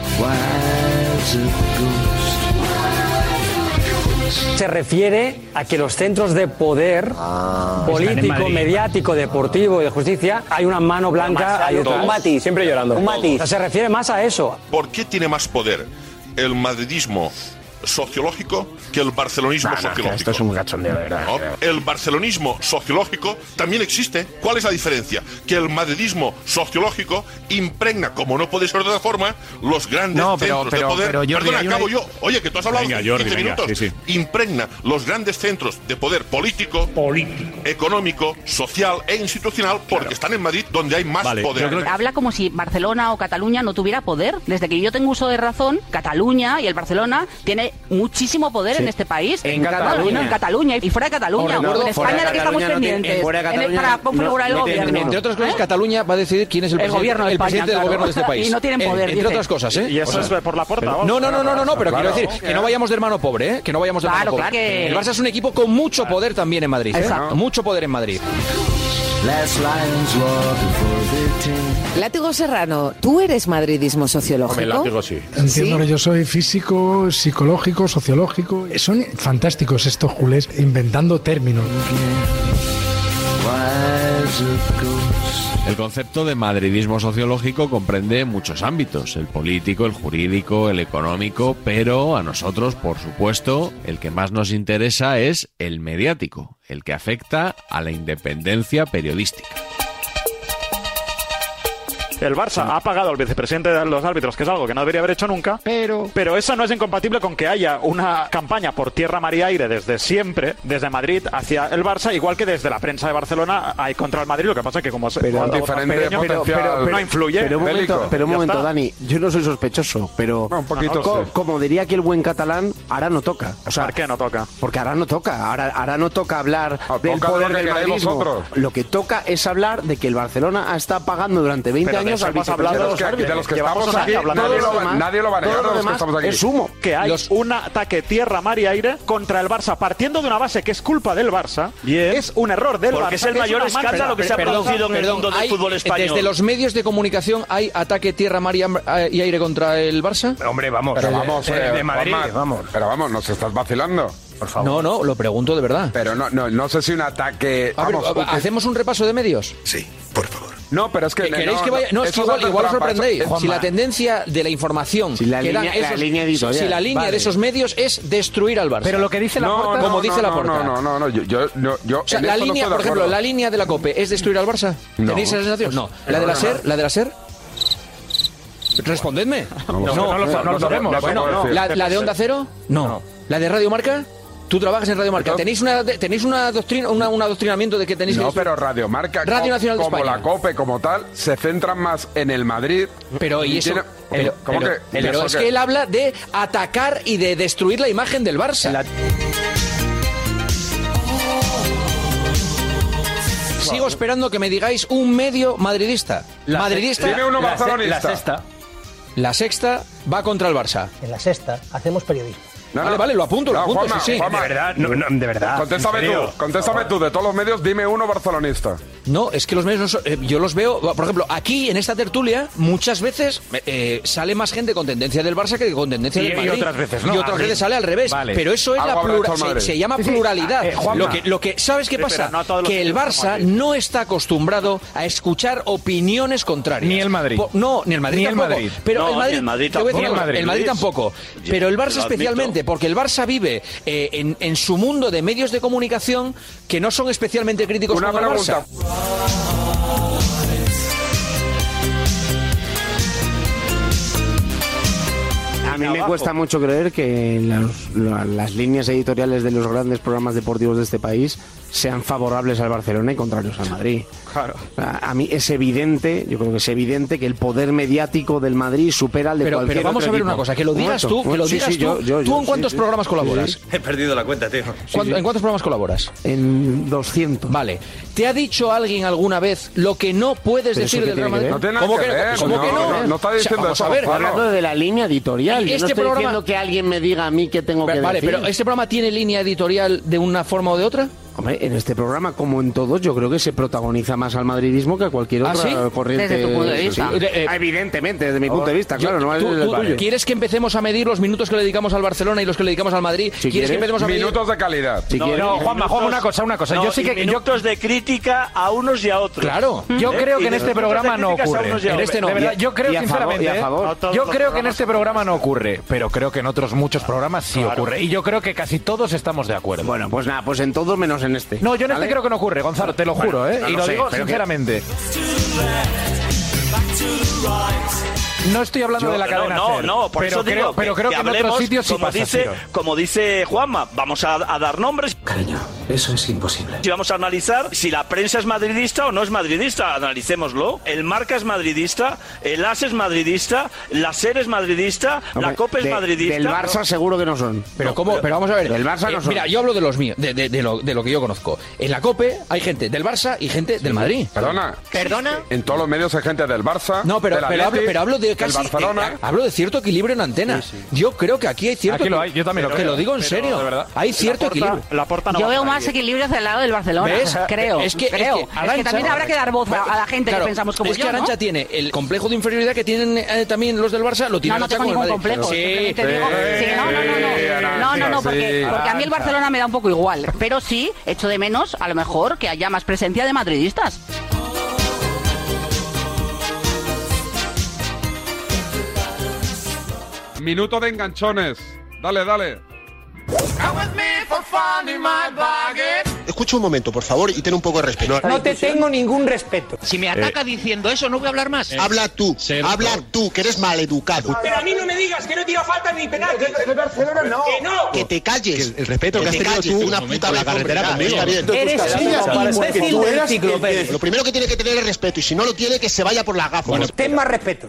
Se refiere a que los centros de poder Ah. están en político, Madrid. mediático, deportivo y de justicia, hay una mano blanca,
Más
hay otra.
alto. Un matiz.
siempre llorando.
Un matiz.
O sea, se refiere más a eso.
¿Por qué tiene más poder el madridismo sociológico que el barcelonismo
No, no, que
sociológico.
esto es un gachondeo, de verdad.
¿no? El barcelonismo sociológico también existe. ¿Cuál es la diferencia? Que el madridismo sociológico impregna, como no puede ser de otra forma, los grandes
No, pero-
centros
pero-
de poder.
pero, Jordi,
Perdona,
hay una-
acabo yo. Oye, que tú has hablado
Venga,
15
Jordi, venga,
minutos.
sí,
Impregna los grandes centros de poder político, económico, social e institucional porque están en Madrid donde hay más poder.
Habla como si Barcelona o Cataluña no tuviera poder. Desde que yo tengo uso de razón, Cataluña y el Barcelona tiene muchísimo poder
Sí.
en este país.
En
Cada-
Cataluña.
En Cataluña y fuera de Cataluña.
Correcto.
o en
Fuera de
España de que estamos
Cataluña no tiene-
pendientes.
fuera de
En el-
Cataluña
para configurar el
no tienen-
gobierno. ¿Eh?
Entre otras cosas, Cataluña va a decidir quién es el,
El
presidente,
gobierno de
el
España,
presidente
claro.
del gobierno de este país.
Y no tienen
En-
poder,
Entre
dice.
otras cosas, ¿eh?
Y eso es
por la puerta, vamos.
No, no, no, no, no, no, pero
Claro,
quiero decir que no vayamos de hermano pobre, ¿eh? Que no vayamos de hermano
Claro,
pobre.
claro que-
El Barça es un equipo con mucho poder también en Madrid. ¿eh?
Exacto.
Mucho poder en Madrid.
Látigo Serrano, ¿tú eres madridismo sociológico?
sí.
Entiendo que yo soy físico, psicológico, sociológico. Son fantásticos estos culés inventando términos.
El concepto de madridismo sociológico comprende muchos ámbitos, el político, el jurídico, el económico, pero a nosotros, por supuesto, el que más nos interesa es el mediático, el que afecta a la independencia periodística.
El Barça ha pagado al vicepresidente de los árbitros, que es algo que no debería haber hecho nunca. Pero. Pero eso no es incompatible con que haya una campaña por tierra, mar y aire desde siempre, desde Madrid hacia el Barça, igual que desde la prensa de Barcelona hay contra el Madrid. Lo que pasa es que, como es un
diferente potencial
no influye.
pero
un momento,
Bélico.
pero un
Ya
momento
está.
Dani, yo no soy sospechoso, pero
un poquito
Co-
sí.
como diría aquí el buen catalán, ahora no toca. O sea,
¿Por qué no toca?
porque ahora no toca, ahora, ahora no toca hablar del
Ah, toca lo
poder
que
del
queráis
madridismo.
vosotros.
Lo que toca es hablar de que el Barcelona ha estado pagando durante 20
Pero de
años
eso
al
hemos hablado
vicepresidente
los que-
árbitros.
de los que
Llevamos
estamos
un año
aquí,
hablando
nadie
de
lo
eso,
va-
man.
nadie lo va a
Todo
negar
lo
de los que
demás
estamos aquí.
Es humo.
que hay un ataque tierra, mar y aire contra el Barça, partiendo de una base que es culpa del Barça, es un error del Barça.
Porque
que una marca.
Perdón, perdón, hay- Desde los medios de comunicación hay ataque tierra, mar y am- eh, y aire contra el Barça.
Hombre, vamos, pero vamos,
eh,
eh,
de Madrid,
Juanma, Pero vamos, nos estás vacilando. Por favor.
No, no, lo pregunto de verdad.
Pero no, no, no sé si un ataque.
A ver,
vamos,
a-
que-
¿Hacemos un repaso de medios?
Sí, por favor. No, pero es que.
Que queréis que vaya. No, es que
esos
igual,
datos
igual os
trampas-
sorprendéis.
Juanma,
Si la tendencia de la información.
la
que dan
línea- la línea editorial.
si la línea
Vale.
de esos medios es destruir al Barça.
Pero lo que dice la No, Porta- no,
Como
no,
dice la
no,
Porta.
No, no, no, no, yo, yo, no, yo
O sea,
en
la
esto no
línea,
estoy de
por ejemplo,
acuerdo.
la línea de la COPE es destruir al Barça.
No.
¿Tenéis esa sensación? No. ¿La de la
No, no,
SER?
no.
¿La de la SER? Respondedme.
No, no, no lo- no lo sabemos.
Bueno,
No, no.
¿La, la de Onda Cero? No. ¿La de Radio Marca? Tú trabajas en Radio Marca. ¿Tenéis, una, tenéis una doctrina, una- un adoctrinamiento de que tenéis que
No,
destruir-
pero Radio Marca,
Radio
co-
Nacional de
como
España.
la COPE, como tal, se centran más en el Madrid.
Pero y eso.
tiene-
pero,
¿Cómo
pero-
que?
pero
¿Eso
es
qué?
que él habla de atacar y de destruir la imagen del Barça. Sigo esperando que me digáis un medio madridista.
La-
madridista.
Dime uno La- barcelonista. la Sexta.
La sexta va contra el Barça.
En la sexta hacemos periodismo.
vale, vale, lo apunto, lo
No,
apunto,
Juanma,
sí, sí.
Juanma. Contéstame tú, contéstame tú, de todos los medios, dime uno barcelonista.
No, es que los medios no son- eh, yo los veo, por ejemplo, aquí en esta tertulia muchas veces eh, sale más gente con tendencia del Barça que con tendencia
Y-
del
y
Madrid.
otras veces no.
Y otras
Ah,
veces
sí.
sale al revés.
Vale.
Pero eso es
Algo
la
habrá
plural-
hecho el
se,
Madrid.
se llama
Sí, sí.
pluralidad.
Ah, eh, Juanma.
lo que, lo que, ¿sabes qué
Sí, pero
pasa?
no todos los
que el
equipos son
Barça no está acostumbrado a escuchar opiniones contrarias. Ni el Madrid. no, ni el Madrid
Ni el
tampoco.
Madrid.
Pero
No,
el Madrid,
ni el Madrid
te voy a decir
tampoco.
una cosa,
Ni el
el Madrid
Madrid.
tampoco.
Yo-
Pero el
lo
Barça
admito.
especialmente, porque el Barça vive eh, en, en su mundo de medios de comunicación que no son especialmente críticos
Una
con el
pregunta.
Barça.
A mí me cuesta mucho creer que las, la- las líneas editoriales de los grandes programas deportivos de este país sean favorables al Barcelona y contrarios al Madrid. Claro. A, a mí es evidente, yo creo que es evidente que el poder mediático del Madrid supera al de
Pero,
cualquier
pero vamos
otro
a ver
equipo.
una cosa, que lo
Un
digas
momento.
tú, que lo
Sí,
digas
sí,
tú.
yo- yo-
¿Tú en
yo-
cuántos
sí, sí.
programas
Sí,
colaboras?
sí.
He perdido la cuenta, tío.
¿Cuánto- ¿En cuántos programas colaboras?
En 200.
Vale. ¿Te ha dicho alguien alguna vez lo que no puedes
¿Pero eso
decir
qué
del Real
tiene
Madrid?
que ver? No tiene nada
¿Cómo
que
que,
ver,
¿cómo
no,
que no?
no, no está diciendo
vamos
eso,
a ver,
Juan, Hablando no. de la línea editorial, yo no estoy diciendo que alguien me diga a mí qué tengo que
Este Vale,
decir.
pero ¿este programa tiene línea editorial de una forma o de otra?
Hombre, en este programa, como en todos, yo creo que se protagoniza más al madridismo que a cualquier
¿Ah,
otra
sí?
corriente.
Desde tu punto de
Sí, Eh,
vista.
Oh, sí. Ah, Evidentemente, desde mi punto de vista,
Yo-
claro, no es
eh, tú-
el
tú-
tuyo.
¿Quieres que empecemos a medir los minutos que le dedicamos al Barcelona y los que le dedicamos al Madrid?
Si
¿Quieres
quieres,
que empecemos a medir?
Minutos de calidad.
Si
No,
quieres.
no,
Juanma, Juanma, una cosa, una cosa. yo sí que yo-
minutos de crítica a unos y a otros.
Claro,
¿Eh?
yo creo que en este programa no ocurre. En este no. yo creo sinceramente, ¿eh? yo creo que en este programa no ocurre, pero creo que en otros muchos programas sí ocurre. Y yo creo que casi todos estamos de acuerdo.
Bueno, pues nada, pues en todos menos en este.
No, yo en este
¿Vale?
creo que no ocurre, Gonzalo, te lo
Bueno,
juro, ¿eh?
no
y
lo
lo
sé,
digo
pero que-
sinceramente. No
Eh,
estoy hablando
Yo-
de la
no,
cadena
No,
Ser,
no, por
pero
eso
creo,
digo
pero creo que, en otros
hablemos,
sitios sí
como
pasa,
dice,
Ciro.
como dice Juanma, vamos a, a dar nombres
Cariño, eso es imposible.
y vamos a analizar si la prensa es madridista o no es madridista. Analicémoslo. El Marca es madridista, el AS es madridista, la SER es madridista, la
Hombre,
COPE es
de-
madridista.
Del Barça seguro que no son.
Pero cómo, pero, vamos a ver.
Del Barça
Eh,
no son.
mira, yo hablo de los míos, de, de- de lo, de lo que yo conozco. En la COPE hay gente del Barça y gente del Madrid.
Perdona.
¿Perdona?
En todos los medios hay gente del Barça.
No, pero,
del
pero, hablo,
Atleti,
pero hablo de
del
casi.
Barcelona.
eh, hablo de cierto equilibrio en antena. Yo creo que aquí hay cierto.
Aquí lo
equi-
hay, yo también lo
Te
creo,
lo digo en
pero
serio.
de verdad.
Hay cierto equilibrio.
Yo veo más equilibrio hacia el lado del Barcelona.
¿Ves?
Creo.
Es que,
creo.
es que,
Es que
Arantxa-
también habrá que dar voz a, a la gente
Claro,
que pensamos como
es
yo.
que
¿no?
Arancha tiene el complejo de inferioridad que tienen eh, también los del Barça, lo tiene
No, no
Arantxa
tengo
con el
ningún
Madrid.
complejo,
Sí,
simplemente digo- Sí, no, no, No, no, no, porque, porque a mí el Barcelona me da un poco igual. Pero sí, echo de menos, a lo mejor, que haya más presencia de madridistas.
Minuto de enganchones. Dale, dale.
Escucha un momento, por favor, y ten un poco de respeto.
No te tengo ningún respeto. Si me
ataca
diciendo eso, no voy a hablar más.
Habla tú, habla tú, que eres maleducado.
Pero a mí no me digas que no he tirado falta ni penal. Barcelona no. Que no.
Que te calles. El, respeto
que has tenido tú
una puta la carretera
conmigo.
Eres
Eres un imbécil del enciclopedia.
Lo primero que tiene que tener es respeto y si no lo tiene que se vaya por la gafa.
ten más respeto.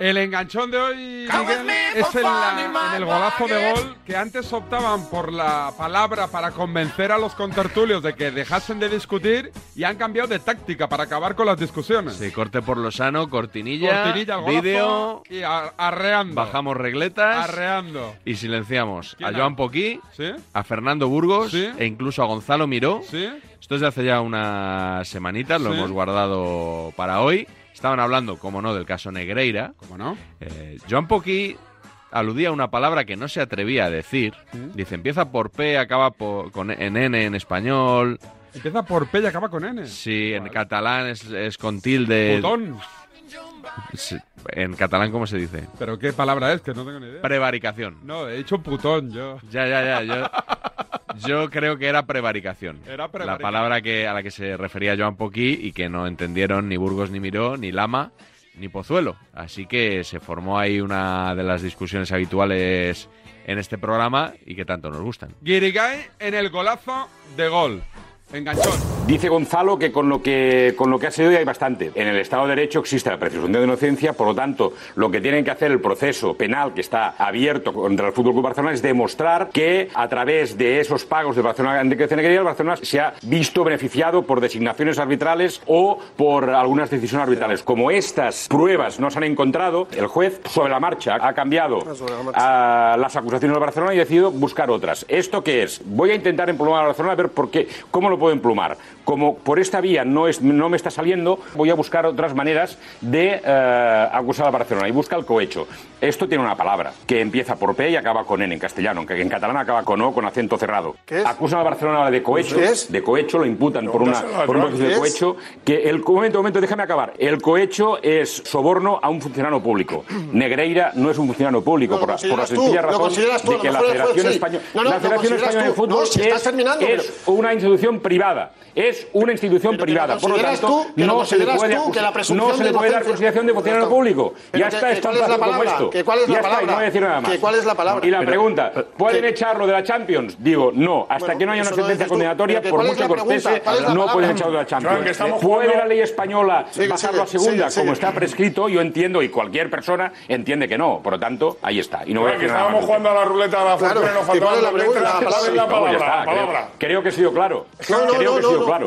El enganchón de hoy Miguel, es en, la- en el golazo de gol que antes optaban por la palabra para convencer a los contertulios de que dejasen de discutir y han cambiado de táctica para acabar con las discusiones.
Sí, corte por lo sano, cortinilla,
Cortinilla, golazo
vídeo,
y a- arreando.
bajamos regletas
Arreando.
y silenciamos a
¿Quién ha-
Joan Poquí,
¿Sí?
a Fernando Burgos
Sí.
e incluso a Gonzalo Miró.
¿Sí?
Esto es de hace ya unas semanitas, lo
Sí.
hemos guardado para hoy. Estaban hablando, como no, del caso Negreira.
¿Cómo no?
Eh, Joan Poquí aludía a una palabra que no se atrevía a decir. Dice, empieza por P, acaba por- con en N en español.
Empieza por P y acaba con N.
Sí, en catalán es, es con tilde.
Putón.
Sí, En catalán, ¿cómo se dice?
Pero qué palabra es, que no tengo ni idea.
Prevaricación.
No, he dicho putón yo.
Ya, ya, ya. Yo, yo creo que era prevaricación.
Era
La
prevaricación.
palabra que, a la que se refería Joan Poquí y que no entendieron ni Burgos, ni Miró, ni Lama, ni Pozuelo. Así que se formó ahí una de las discusiones habituales en este programa y que tanto nos gustan.
Guirigay en el golazo de gol. Enganchón.
Dice Gonzalo que con lo que con lo que ha sido ya hay bastante. En el Estado de Derecho existe la presunción de inocencia, por lo tanto, lo que tienen que hacer el proceso penal que está abierto contra el Fútbol Club Barcelona es demostrar que a través de esos pagos de Barcelona de Negreira, el Barcelona se ha visto beneficiado por designaciones arbitrales o por algunas decisiones arbitrales. Como estas pruebas no se han encontrado, el juez sobre la marcha ha cambiado a las acusaciones del Barcelona y ha decidido buscar otras. ¿Esto qué es? Voy a intentar emplumar a Barcelona a ver por qué, cómo lo puedo emplumar. Como por esta vía no, es, no me está saliendo, voy a buscar otras maneras de eh, acusar a Barcelona y busca el cohecho. Esto tiene una palabra que empieza por P y acaba con N en castellano, que en catalán acaba con O con acento cerrado. Acusan a Barcelona de cohecho,
¿Qué es?
de cohecho lo imputan por, una,
Pregúntaselo al
por un
Bronx,
proceso de
¿qué es?
cohecho que el momento, momento, déjame acabar. El cohecho es soborno a un funcionario público. Negreira no es un funcionario público
No, lo
por, la, por la
consideras tú,
sencilla
lo
razón
consideras tú,
de
a lo
que la
mejor el juez,
Federación
sí.
Española
No, no,
la
lo
Federación
consideras
Española de
tú.
Fútbol
No, si
es,
estás terminando,
es una institución privada. es una institución privada. Por lo
consideras
tanto,
tú- pero
no se le
consideras
puede,
tú
acusar-
que la presunción
no se
de
le puede dar
inocencia-
acusación de funcionario público.
Pero
Ya
que-
está,
que
es tan
cuál es la
fácil como
palabra,
esto.
que cuál es
Ya
la
está, y no
palabra,
voy a decir nada más.
que cuál es la palabra.
Y la
Pero-
pregunta, ¿pueden echarlo de la Champions? Digo, no. Hasta
Eh, Bueno,
que no haya
eso
una
lo
sentencia
dices tú.
condenatoria,
Pero que
por
¿cuál es
mucho
la
que
pregunta?
ostese,
¿Cuál es la
no
palabra?
pueden echarlo de la
Joan, que
Champions.
estamos
¿Puede
jugando-
la ley española
Sigue,
pasarlo a
sigue,
segunda,
sigue, sigue.
como está prescrito? Yo entiendo, y cualquier persona entiende que no. Por lo tanto, ahí está. Y no voy a
Joan, que
decir nada
estábamos
más.
jugando a la ruleta de la
Claro,
fortuna y nos
que
faltaba
cuál es la
la letra.
pregunta, la
¿Cuál es
No,
la
ya
palabra?
está,
La
creo-
palabra.
Creo, que he sido claro.
No, no,
creo que he
no,
sido
no,
claro.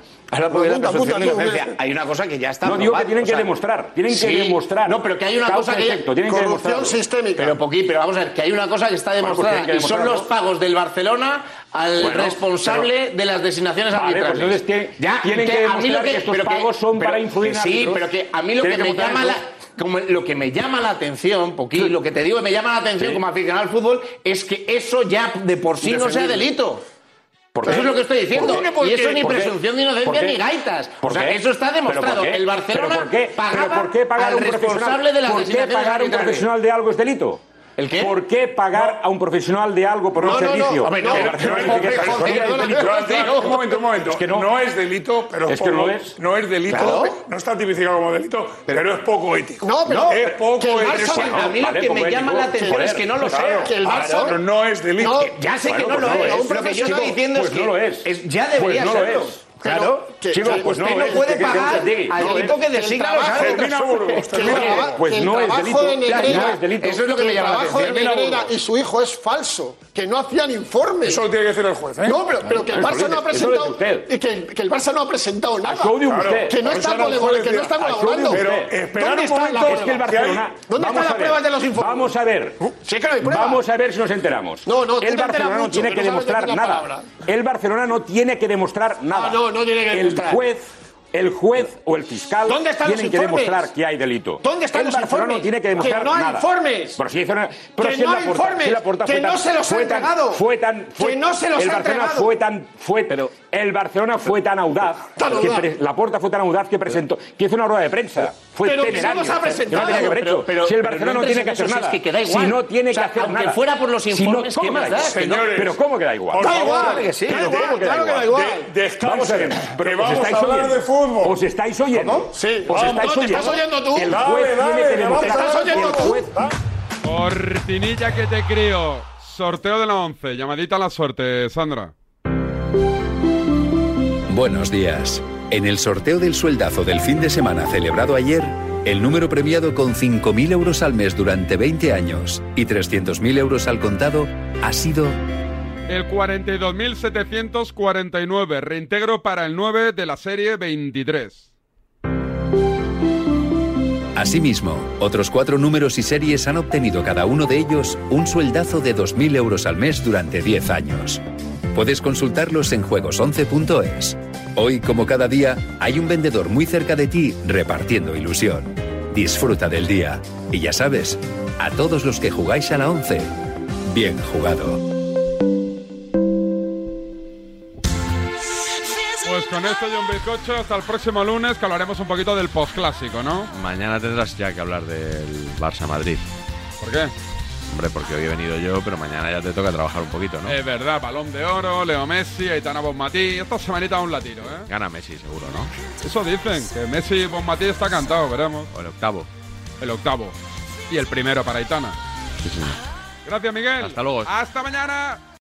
Habla porque de la
Apunta,
presunción de
apunta, tú,
inocencia.
que-
Hay una cosa que ya está.
No, digo que
probada,
tienen
o
que
sea,
demostrar, tienen que
sí.
demostrar.
No, pero que hay una
Causa y
cosa que.
efecto, tienen que
corrupción
demostrarlo.
sistémica. Pero poquí, pero vamos a ver, que hay una cosa que está
Bueno, pues
demostrada.
tienen que
y son
demostrarlo.
los pagos del Barcelona al
Bueno,
responsable
pero-
de las designaciones
Vale,
arbitrales.
pues entonces tienen- tienen que
a mí
demostrar
lo
que estos
pero
pagos son para influir en
Sí,
árbitros.
pero que a mí lo que,
Tienen que
me
votar
llama
en
la.
contra.
como lo que me llama la atención, Poquí, lo que te digo que me llama la atención
Sí.
como aficionado al fútbol es que eso ya de por sí no sea
Defendible.
delito.
¿Por
Eso
qué?
es lo que estoy diciendo.
¿Por qué? ¿Por
y eso
qué?
ni
¿Por qué?
presunción de
¿Por
inocencia
qué?
ni gaitas. O
¿Por
sea,
qué?
eso está
¿Pero por
demostrado.
qué?
El Barcelona
¿Pero por qué?
pagaba
¿Pero por qué pagar a
al
un profesional?
responsable de las
¿Por qué
designaciones
pagar a un
arbitrales.
profesional de algo es delito?
¿El qué?
¿Por qué pagar a un profesional de algo por
No,
un
no, no.
servicio?
Hombre, no,
Que
no,
Barcelona
no,
dice que es
no, no,
delito.
no, no, no,
Joan,
no,
Joan,
no, Un momento, un momento.
Es que no.
No es delito, pero
Es que
poco-
no es.
No es delito,
Claro.
no está tipificado como delito, pero es poco ético.
No,
es
pero- que el
poco
Barça-
ético.
a mí lo
Vale,
que me
poco
llama
ético.
la atención
Joder,
es que no lo sé,
claro.
que el
Ah,
Barça-
Claro, pero no es delito.
No, ya sé que no lo es, un profesional diciendo es
pues
que-
no lo es.
es- ya debería
pues no
serlo.
Lo es.
Pero-
Claro,
que-
Chico,
que
pues
usted
lo
no
es.
puede
¿Qué quieres
pagar
te diga?
al
No
equipo
es.
que designa los árbitros.
Termina Burgos,
Que
termina
el
Burgos.
traba-
Pues
que el
no es
trabajo
delito.
de
Ya,
Negreira-
no es delito.
Eso es lo que
que
me
el
llama la
trabajo de
atención. Mira,
Negreira
Burgos.
y su hijo es falso, que no hacían informes.
Eso lo tiene que decir el juez, ¿eh?
No, pero, pero que el
Eso
Barça no
lo dice-
ha
eso lo
presentado
dice usted.
y que, que el Barça no ha presentado nada.
Aplaude usted.
Que no
Eso
está
no
colaborando,
puede
que no está
decir.
colaborando.
Pero esperar
¿Dónde
un
está
momento,
la
Es que el
prueba?
Barcelona.
¿Dónde
Vamos
están
a
las
ver,
pruebas de los informes?
Vamos a ver.
Sí que no hay pruebas.
Vamos a ver si nos enteramos.
No, no, tú
el
te
Barcelona
enteras
no
mucho,
tiene
que
que
no sabes
demostrar
decir la
nada.
palabra.
El Barcelona no tiene que demostrar nada.
Ah, no, no tiene que
el
demostrar.
juez, el juez o el fiscal
¿Dónde están
tienen
los
que
informes?
demostrar que hay delito.
¿Dónde están
el
los
Barcelona
informes?
no tiene que
Que
demostrar
no hay
nada.
informes.
Pero si hizo una- pero
Que
si en
no
la
hay
puerta-
informes.
si en la puerta
Que
fue tan-
no se los ha
fue tan-
entregado.
Fue tan, fue-
Que no se los
el
ha
Barcelona
entregado.
fue tan, fue, el Barcelona fue tan audaz,
Tan
que
audaz.
pre- la puerta fue tan audaz que presentó, que hizo una rueda de prensa. Fue
Pero que no
temerario,
los ha
que
presentado.
no tenía que haber
Pero-
hecho.
pero-
si el
pero
Barcelona
no
no, tiene que
entres
hacer
en eso,
nada.
es que queda igual.
Si no tiene
O sea,
que hacer
aunque
nada.
fuera por los
Si no-
informes,
¿cómo
¿qué
que
más
da
da?
igual?
Que no-
Señores, pero ¿cómo que da igual?
Da
Por favor,
igual,
claro que sí.
da
Pero
igual,
¿cómo
claro que da igual.
De- descansen,
Vamos a ver.
que
Pero
vamos
os estáis
a hablar
oyendo.
de fútbol.
Os estáis oyendo.
Sí.
Os
Vamos,
estáis
¿te
oyendo.
estás oyendo tú?
El
Dale,
juez
dale,
tiene que
dale,
demostrar.
¿te estás oyendo
el
tú?
juez
Cortinilla que te crío. Sorteo de la 11. Llamadita a la suerte, Sandra.
Buenos días. En el sorteo del sueldazo del fin de semana celebrado ayer, el número premiado con 5.000 euros al mes durante 20 años y 300.000 euros al contado ha sido
El 42.749. Reintegro para el 9 de la serie 23.
Asimismo, otros cuatro números y series han obtenido cada uno de ellos un sueldazo de 2.000 euros al mes durante 10 años. Puedes consultarlos en juegos11.es. Hoy, como cada día, hay un vendedor muy cerca de ti repartiendo ilusión. Disfruta del día. Y ya sabes, a todos los que jugáis a la 11, bien jugado.
Pues con esto y un bizcocho, hasta el próximo lunes que hablaremos un poquito del postclásico, ¿no?
Mañana tendrás ya que hablar del Barça Madrid.
¿Por qué?
Hombre, porque hoy he venido yo, pero mañana ya te toca trabajar un poquito, ¿no?
Es verdad, Balón de Oro, Leo Messi, Aitana Bonmatí. Esta semanita aún la tiro, ¿eh?
Gana Messi, seguro, ¿no?
Eso dicen, que Messi Bonmatí está cantado, veremos.
O el octavo.
El octavo. Y el primero para Aitana.
Sí, señor.
Gracias, Miguel.
Hasta luego.
Hasta mañana.